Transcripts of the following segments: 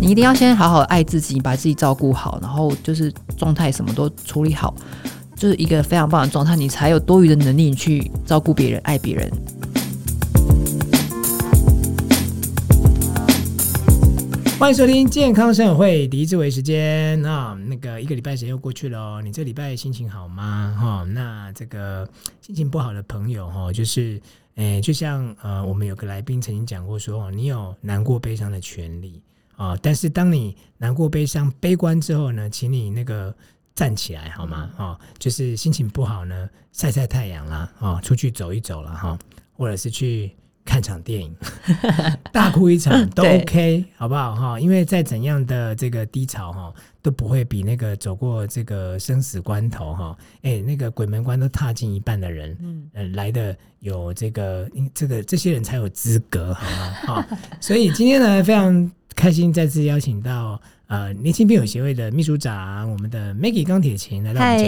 一定要先好好爱自己，把自己照顾好，然后就是状态什么都处理好，就是一个非常棒的状态，你才有多余的能力去照顾别人、爱别人。欢迎收听健康生活会李志伟时间啊、那个一个礼拜时间又过去了哦，你这礼拜心情好吗？哈、那这个心情不好的朋友哈、就是诶，就像呃，我们有个来宾曾经讲过说，哦，你有难过悲伤的权利啊、但是当你难过悲伤悲观之后呢，请你那个站起来好吗？哦，就是心情不好呢，晒晒太阳啦，哦，出去走一走啦，哈、或者是去看场电影。大哭一场都对 OK，好不好哈？因为在怎样的这个低潮哈，都不会比那个走过这个生死关头哈，哎，那个鬼门关都踏进一半的人，嗯，呃、来的有这个嗯这个这些人才有资格，好吗？ 哈、所以今天呢，非常开心再次邀请到呃年轻病友协会的秘书长，我们的 Maggie 钢铁琴来到我们节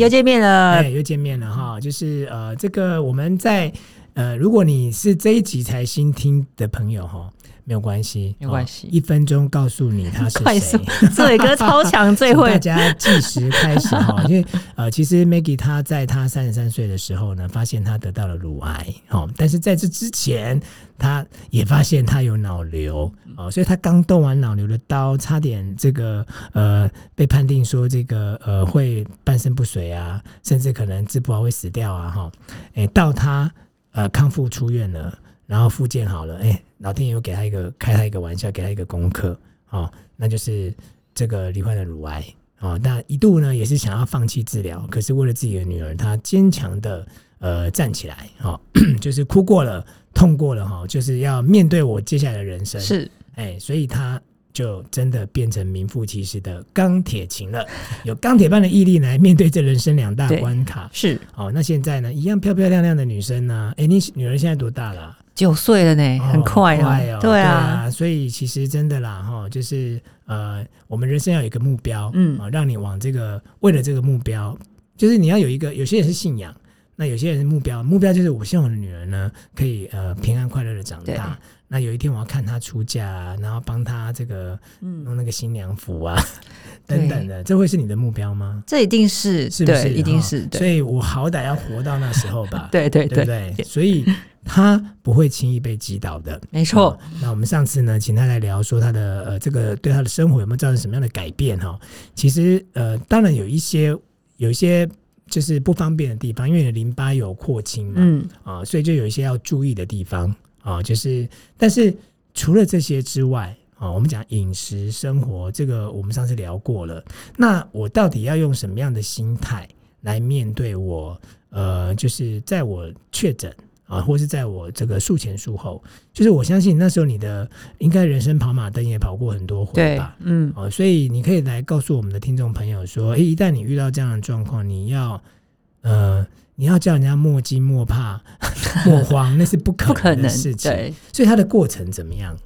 目，哎见面了对，又见面了哈，就是呃，这个我们在呃，如果你是这一集才新听的朋友哈，没有关系，没有关系哦一分钟告诉你他是快谁速。志伟哥超强，最 请大会。家计时开始哈，因为呃，其实 Maggie 她在她三十三岁的时候呢，发现她得到了乳癌，哦，但是在这之前，她也发现她有脑瘤，哦，所以她刚动完脑瘤的刀，差点这个呃被判定说这个呃会半身不遂啊，甚至可能治不好会死掉啊，哈、哎，到她呃康复出院了，然后复健好了，哎，老天爷又给她一个开她一个玩笑，给她一个功课，哦，那就是这个罹患了乳癌哦，那一度呢也是想要放弃治疗，可是为了自己的女儿，她坚强的呃站起来，哦， 就是哭过了，痛过了哈、哦，就是要面对我接下来的人生，是哎，所以她就真的变成名副其实的钢铁琴了， 有钢铁般的毅力来面对这人生两大对关卡。是哦，那现在呢，一样漂漂亮亮的女生呢、哎，你女儿现在多大了啊？九岁了呢，哦很快哦。快哦，对对啊啊，所以其实真的啦，哈，就是呃，我们人生要有一个目标，嗯啊，让你往这个为了这个目标，就是你要有一个，有些人是信仰，那有些人是目标，目标就是我希望我的女儿呢可以呃平安快乐的长对大。那有一天我要看她出嫁、啊，然后帮她这个嗯，弄那个新娘服啊，对等等的，这会是你的目标吗？这一定是是不是？对，一定哈是所对，。以我好歹要活到那时候吧 对对对对，不对？所以他不会轻易被击倒的。没错哦。那我们上次呢，请他来聊说他的呃这个对他的生活有没有造成什么样的改变哈、其实呃，当然有一些有一些就是不方便的地方，因为你的淋巴有扩清嘛，嗯，啊，所以就有一些要注意的地方啊，就是但是除了这些之外啊，我们讲饮食生活这个我们上次聊过了，那我到底要用什么样的心态来面对我呃，就是在我确诊。啊，或是在我这个术前术后，就是我相信那时候你的应该人生跑马灯也跑过很多回对吧，，嗯，哦，所以你可以来告诉我们的听众朋友说，诶，一旦你遇到这样的状况，你要呃，你要叫人家莫惊莫怕莫慌，那是不可不可能的能事情。对。所以它的过程怎么样？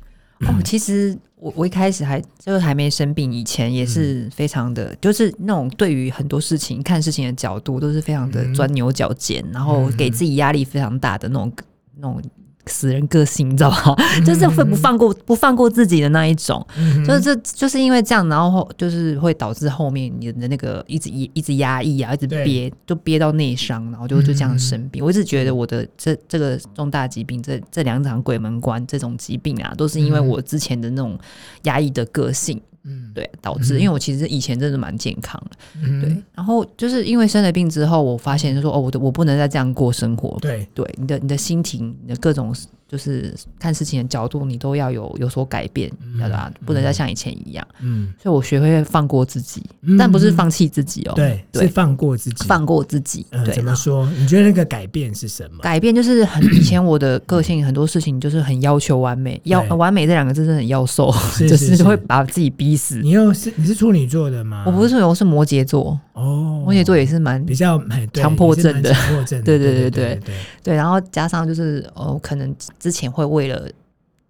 哦，其实我我一开始还就是还没生病以前，也是非常的，就是那种对于很多事情看事情的角度都是非常的嗯钻牛角尖，然后给嗯自己压力非常大的那种那种死人个性，你知道吗？ 就是会不放过不放过自己的那一种。嗯就是这就是因为这样，然后后就是会导致后面你的那个一直一一直压抑啊，一直对嗯憋，就憋到内伤，然后就就这样生病。我一直觉得我的这这个重大疾病，这这两场鬼门关这种疾病啊，都是因为嗯我之前的那种压抑的个性，嗯，对导致。嗯因为我其实以前真的蛮健康的，嗯对。然后就是因为生了病之后，我发现就说哦，我的我不能再这样过生活了，对，对你的你的心情，你的各种就是看事情的角度，你都要有有所改变，嗯对吧？不能再像以前一样。嗯，所以我学会放过自己，嗯但不是放弃自己哦，对，对嗯是放过自己。放过自己。呃，对怎么然后说？你觉得那个改变是什么？改变就是很 以前我的个性，很多事情就是很要求完美，要对完美这两个字真的很要瘦，是就是是是会把自己逼死。你又是你是处女座的吗？我不是，我是摩羯座，哦，摩羯座也是蛮比较哎对强迫你是蛮症的强迫症的，对对对对对对对。对，然后加上就是哦，可能之前会为了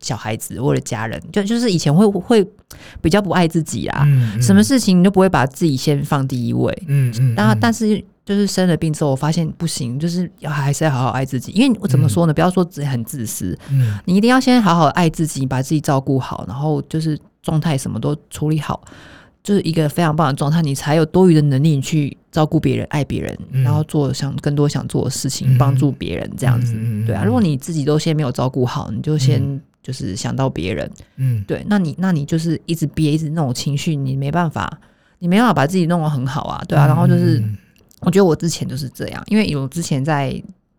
小孩子，为了家人，就就是以前会会比较不爱自己啦，嗯，嗯什么？事情你都不会把自己先放第一位。嗯嗯，但、嗯但是就是生了病之后，我发现不行，就是要还是要好好爱自己，因为我怎么说呢？不要说自己很自私，嗯你一定要先好好爱自己，把自己照顾好，然后就是状态什么都处理好，就是一个非常棒的状态，你才有多余的能力去照顾别人、爱别人，嗯然后做想更多想做的事嗯情，帮助别人这样子。嗯嗯嗯对啊，嗯如果你自己都先没有照顾好，你就先嗯就是想到别人，嗯对，那你那你就是一直憋，一直那种情绪，你没办法，你没办法把自己弄得很好啊，对啊，然后就是。嗯我觉得我之前就是这样，因为我之前在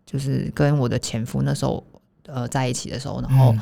就是跟我的前夫那时候呃在一起的时候，然后嗯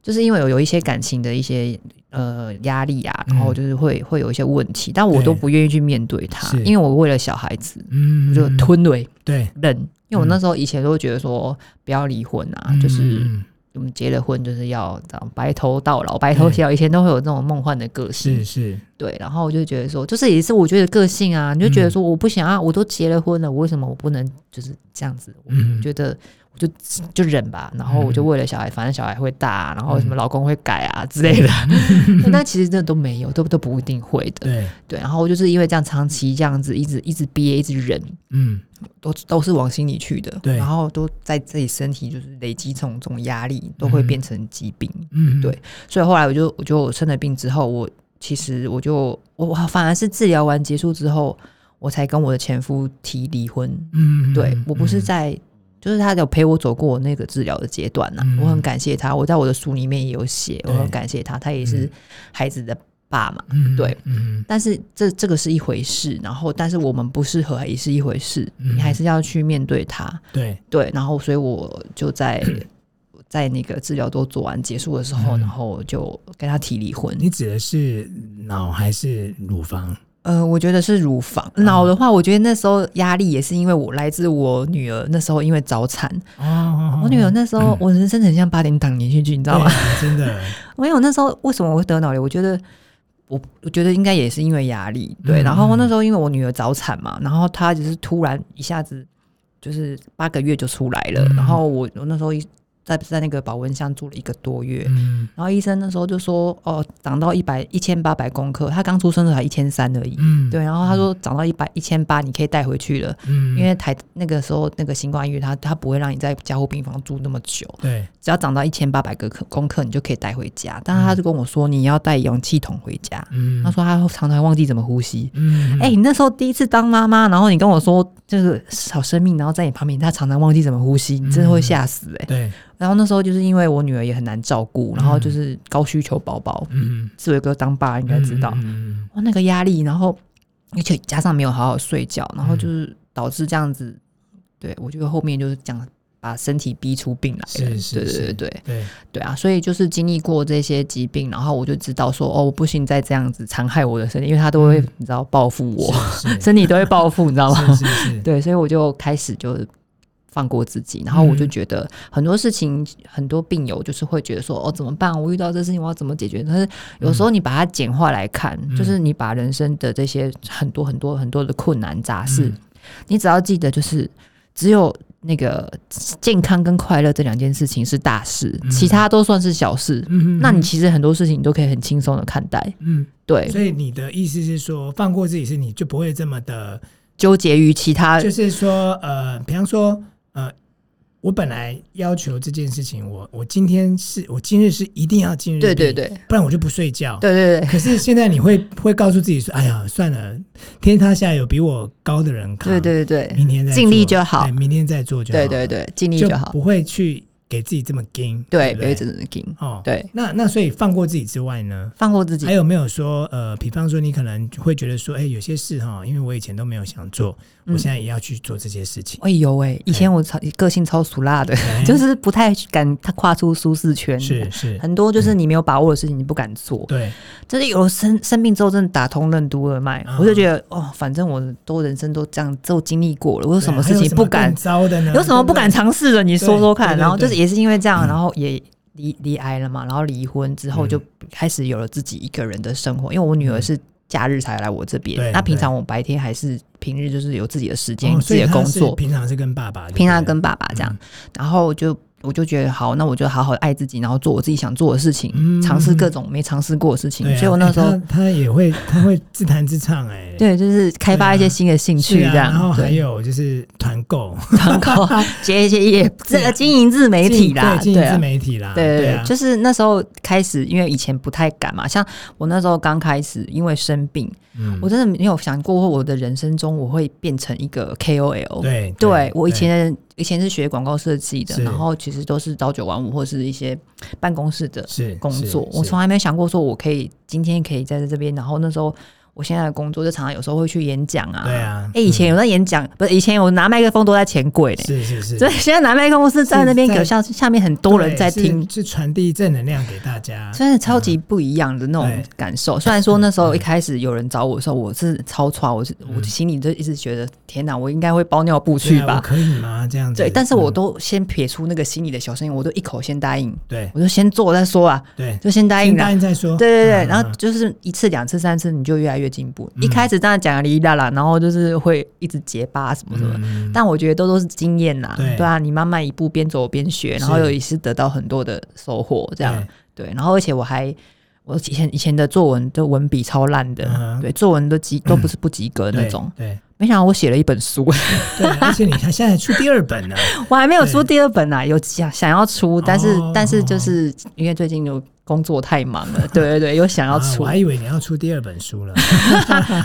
就是因为有有一些感情的一些呃压力啊，嗯然后就是会会有一些问题，但我对都不愿意去面对它，是因为我为了小孩子，嗯我就吞了对，忍，因为我那时候以前都会觉得说不要离婚啊，就是嗯我们结了婚就是要这样白头到老，白头偕老，以前都会有这种梦幻的个性是，是对，然后我就觉得说，就是也是我觉得个性啊，你就嗯觉得说我不想要，我都结了婚了，我为什么我不能就是这样子？我嗯觉得我就就忍吧，然后我就为了小孩，反正小孩会大啊、然后嗯什么老公会改啊之类的， 但其实这都没有，都都不一定会的。对，对，然后就是因为这样长期这样子一直一直憋，一直忍，嗯都都是往心里去的，对然后都在自己身体就是累积这种这种压力，都会嗯变成疾病。嗯，对所以后来我就我就生了病之后，我其实我就我我反而是治疗完结束之后，我才跟我的前夫提离婚。嗯，嗯对我不是，在，就是他有陪我走过那个治疗的阶段呐、嗯我很感谢他。我在我的书里面也有写，我对很感谢他，他也是孩子的爸嘛。嗯对，嗯但是这这个是一回事，然后但是我们不适合也是一回事，嗯你还是要去面对它。对，对，然后所以我就 在在那个治疗都做完结束的时候，嗯然后我就跟他提离婚。你指的是脑还是乳房？呃，我觉得是乳房嗯脑的话，我觉得那时候压力也是因为我来自我女儿那时候因为早产，哦我女儿那时候、我人生很像八点档连续剧，你知道 吗？对真的，没有那时候为什么我会得脑瘤？我觉得。我我觉得应该也是因为压力，对。嗯然后那时候因为我女儿早产嘛，然后她只是突然一下子就是八个月就出来了，嗯然后我我那时候一在在那个保温箱住了一个多月，嗯然后医生那时候就说，哦，长到一百一千八百公克，他刚出生的时候还一千三而已。嗯，对，然后他说长到一百一千八，你可以带回去了，嗯，因为台那个时候那个新冠疫它它不会让你在加护病房住那么久，对，只要长到一千八百个克公克，你就可以带回家。但是他就跟我说，你要带氧气筒回家。嗯，他，说他常常忘记怎么呼吸。嗯，哎、，你那时候第一次当妈妈，然后你跟我说就是小生命，然后在你旁边，他常常忘记怎么呼吸，嗯你真的会吓死哎、对，然后那时候就是因为我女儿也很难照顾，然后就是高需求宝宝，嗯，志伟哥当爸应该知道，哇、嗯那个压力，然后而且加上没有好好睡觉，然后嗯就是导致这样子，对我觉得后面就是讲把身体逼出病来了，是是对对是对对对，对啊，所以就是经历过这些疾病，然后我就知道说哦，我不行再这样子残害我的身体，因为他都会、你知道报复我，是 嗯是身体都会报复，你知道吗？是是 是，对，所以我就开始就放过自己，嗯然后我就觉得很多事情，很多病友就是会觉得说，哦，怎么办？我遇到这事情，我要怎么解决？但是有嗯时候你把它简化来看，就是你把人生的这些很多很多很多的困难杂事，嗯你只要记得，就是只有那个健康跟快乐这两件事情是大事，其他都算是小事。嗯那你其实很多事情你都可以很轻松的看待，嗯，对，所以你的意思是说，放过自己是你就不会这么的，纠结于其他就是说，呃，比方说，呃，我本来要求这件事情，我我今天是我今日是一定要今日，对对对，不然我就不睡觉。对对对可是现在你会会告诉自己说，哎呀，算了，天塌下有比我高的人扛，对对对明天再做尽力就好对，明天再做就好，对对，对，尽力就就好。不会去给自己这么盯，对，不不会只能听。哦，对，那那所以放过自己之外呢，放过自己还。有没有说，呃，比方说你可能会觉得说，哎、有些事哈，因为我以前都没有想做，我现在也要去做这些事情。 哎呦喂，以前我超个性超俗辣的，哎就是不太敢踏跨出舒适圈。是是，很多就是你没有把握的事情，你不敢做。对，就是有了生生病之后，真的打通任督二脉，嗯我就觉得哦，反正我都人生都这样，都经历过了，我有有什么事情不敢，招的呢？啊有什么不敢尝试的，你说说对对嗯看。对然后就是对也是因为这样，然后也离离癌了嘛，然后离婚之嗯后就开始有了自己一个人的生活，因为我女儿是。假日才来我这对边，那平对常我白天还是平日，就是有自己的时对间、不对？哦自己的所以工他是作，平常是跟爸爸，对不对平常跟爸爸这样，然后就我就觉得好，那我就好好爱自己，然后做我自己想做的事情，嗯尝试各种没尝试过的事情。对啊，所以我那时候、哎他他也会，他会自弹自唱哎、对，就是开发一些新的兴趣是啊这样。然后还对，有就是团购 然后接一些业这啊个经营自媒体啦，进对自啊。媒体啦，对对啊，就是那时候开始，因为以前不太敢嘛。像我那时候刚开始，因为生病，嗯我真的没有想过我的人生中我会变成一个 KOL。对对我以前以前是学广告设计的是，然后其实都是朝九晚五或是一些办公室的是工作，是我是从来没有想过说我可以今天可以在这边，然后那时候我现在的工作就常常有时候会去演讲啊，对啊哎、以前有在演讲，不是以前我拿麦克风都在钱柜嘞，是是是，所以现在拿麦克风是站在那边，是在可像下面很多人对在是听。是传递正能量给大家，啊真的超级不一样的那对种感受。虽然说那时候一开始有人找我的时候，我是超差，我是我心里就一直觉得天哪，我应该会包尿布对去啊我吧？可以吗？这样子，对，但是我嗯都先撇出那个心里的小声音，我都一口先答应，对我就先做再说啊，对，就先答应先啦答。应再说，对对对，嗯然后嗯就是一次、两次、三次，你就越来越进步。嗯一开始当然讲了哩啦啦，然后就是会一直结巴什么什么，嗯但我觉得都都是经验呐，对对啊，你慢慢一步边走边学，然后是有也是得到很多的收获，这样对。然后而且我还我以前以前的作文的文笔超烂的，嗯哼对，作文都 及都不是不及格对那种。对没想到我写了一本书， 对，而且你看现在出第二本了，我还没有对出第二本啊，有想想要出，但是、哦但是就是因为最近有工作太忙了，对对 对，有想要啊出。我还以为你要出第二本 书了，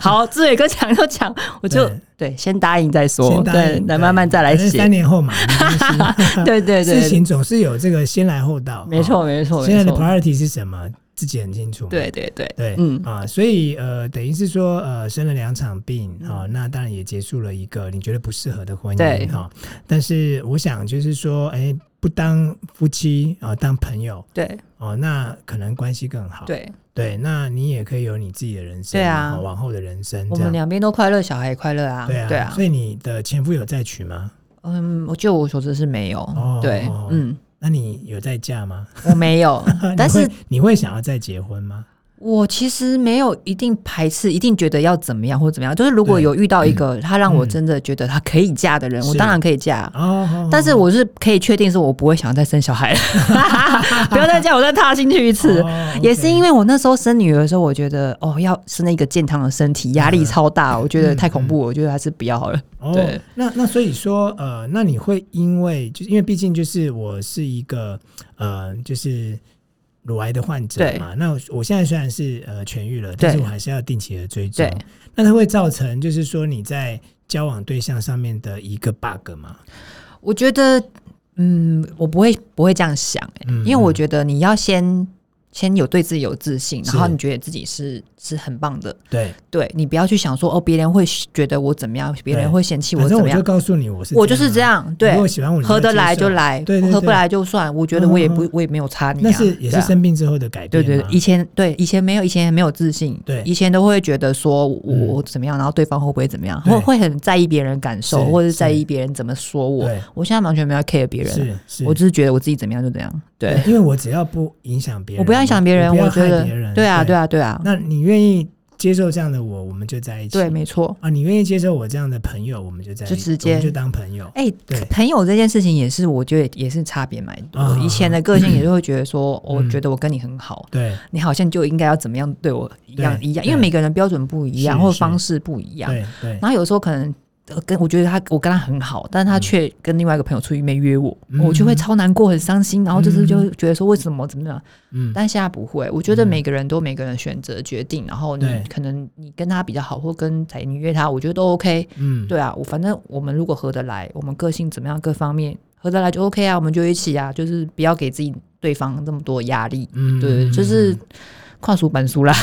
好，志伟哥讲就讲，我就对先答应再说，先答对应，，来慢慢再来反正三写。年后嘛，没关 系对对事对，情总是有这个先来后到，没错没错哦。现在没的错， priority 是什么，自己很清楚嘛。对对对对，嗯啊，所以呃，等于是说呃，生了两场病啊、那当然也结束了一个你觉得不适合的婚嗯对姻哈、啊但是我想就是说，哎，不当夫妻啊、当朋友对哦、那可能关系更好。对，对，那你也可以有你自己的人生，对啊哦往后的人生我这们样。两边都快乐，小孩也快乐啊，对啊，对啊。所以你的前夫有再娶吗？嗯，我就我所知是没哦有，对哦，嗯，那你有再嫁吗？我没有 你会，但是你会想要再结婚吗？我其实没有一定排斥，一定觉得要怎么样或怎么样。就是如果对有遇到一个他让我嗯真的觉得他可以嫁的人，我是当然可以嫁。哦，哦但是我是可以确定，是我不会想要再生小孩了， 不要再叫我再踏进哦去一次。也是因为为我那时候生女儿的时候，我觉得哦，要生了一个健康的身体，嗯压力超大，我觉得太恐怖了，我觉得还是不要好了。哦对，那那所以说，呃，那你会因为就是因为毕竟就是我是一个呃，就是乳癌的患者对嘛。那我现在虽然是呃痊愈了，但是我还是要定期的追踪对。那它会造成就是说你在交往对象上面的一个 bug 嘛？我觉得，嗯，我不会不会这样想、欸，嗯因为我觉得你要先先有对自己有自信，是然后你觉得自己是是很棒的，对，对你不要去想说哦，别人会觉得我怎么样，别人会嫌弃我反怎正么我就样，告诉你，我是我就是这样样，啊。你如对果，喜欢我，你就合得来接受就。来，对对对嗯合不来就算，我觉得我也不、我也没有差你、啊，那是对也是啊生病之后的改变对嘛。对，以前对以前没有，以前没有自信，对以前都会觉得说我嗯我怎么样，然后对方会不会怎么样，对会会很在意别人感受，是或者是是在意别人怎么说我对。我现在完全没有 care 别人，是是，我只是觉得我自己怎么样就怎样，对对，因为我只要不影响别人，我不要影响别人，我不要我觉害得别人，对啊对啊对啊，那你愿意接受这样的我，我们就在一起。对，没错。啊，你愿意接受我这样的朋友，我们就在一起，就直接我们就当朋友。哎对，朋友这件事情也是，我觉得也是差别蛮多啊的。以前的个性也是会觉得 说，我嗯觉得我跟你很好，对你好像就应该要怎么样对我一样对一样，对因为每个人标准不一样，是或是方式不一样。对对，然后有时候可能呃跟我觉得他我跟他很好，但是他却跟另外一个朋友出去没约我，嗯我就会超难过、很伤心，然后就是嗯就会觉得说为什么怎么样？嗯，但现在不会，我觉得每个人都有每个人的选择决定，然后你对可能你跟他比较好，或跟才你约他，我觉得都 OK。嗯，对啊，我反正我们如果合得来，我们个性怎么样，各方面合得来就 OK 啊，我们就一起啊，就是不要给自己对方那么多压力。嗯，对，就是跨书板 书啦。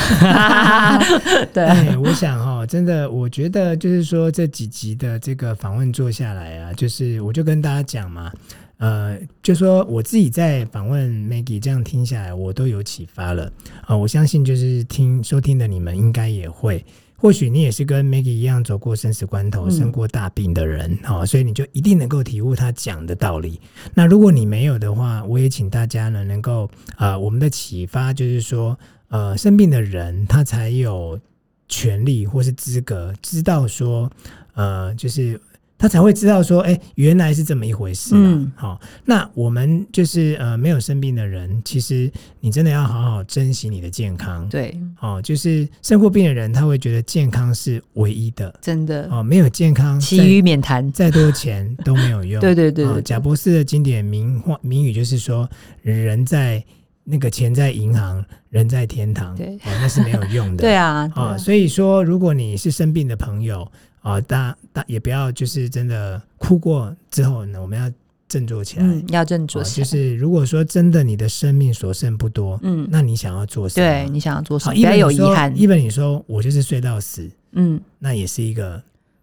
对，啊哎，我想哈、真的，我觉得就是说这几集的这个访问做下来啊，就是我就跟大家讲嘛，呃，就说我自己在访问 Maggie 这样听下来，我都有启发了啊、我相信就是听收听的你们应该也会。或许你也是跟 Maggie 一样走过生死关头、嗯生过大病的人，哈、所以你就一定能够体悟他讲的道理。那如果你没有的话，我也请大家呢能够呃，我们的启发就是说，呃，生病的人他才有权利或是资格知道说，呃，就是他才会知道说，哎、原来是这么一回事、啊。嗯好、那我们就是呃没有生病的人，其实你真的要好好珍惜你的健康。，对，哦，就是生过病的人，他会觉得健康是唯一的。真的，哦，没有健康，其再余免谈。再多钱都没有用。 对对对啊对贾博士的经典名话名语就是说，人在那个钱在银行，人在天堂，对哦，那是没有 用的。对啊，对啊，啊所以说，如果你是生病的朋友啊，大大也不要就是真的哭过之后呢，我们要振作起来。嗯，要振啊作起就来。是如果说真的你的生命所剩不多，嗯，那你想要做什么？对你想要做什啊好，么，不要有遗憾。一本你说我就是睡到死，嗯，那也是一个，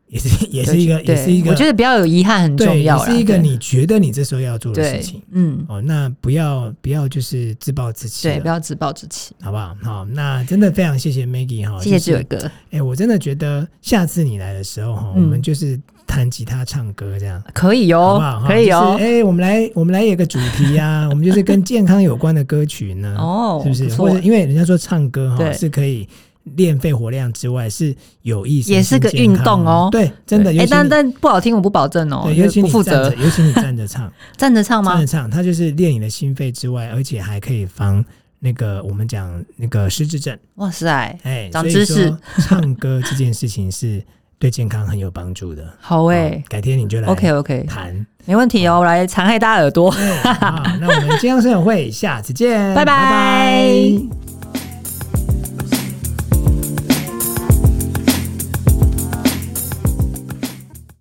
也是也是对一个，也对是一个，我觉得不要有遗憾很重对，要也啦。是一个对你觉得你这时候要做的事对情，嗯，哦。那不要不要就是自暴自弃了，对，不要自暴自弃。好不好？好，那真的非常谢谢 Maggie 哈，谢谢就是志伟哥，哎、我真的觉得下次你来的时候哈，嗯我们就是弹吉他、唱歌这样。可以好不哦好？，哈可以哦就是哎、。我们来，我们来有个主 题啊，我们就是跟健康有关的歌曲呢，哦，哎是不是？错或者哎因为人家说唱歌哈对是可以练肺活量之外，是有益身心也是个健康运动哦对，真的，对尤哎，其但你但不好听，我不保证哦对，尤，其不你负站责着，。尤其你站着唱，站着唱站吗着？唱，它就是练你的心肺之外，而且还可以防那个我们讲那个失智症。哇塞，哎，长所以知识说唱歌这件事情是对健康很有帮助的。好好哎改天你就来，OK OK，谈。没问题哦，我来残害大家耳朵。好，那我们健康生活会下次见，拜拜拜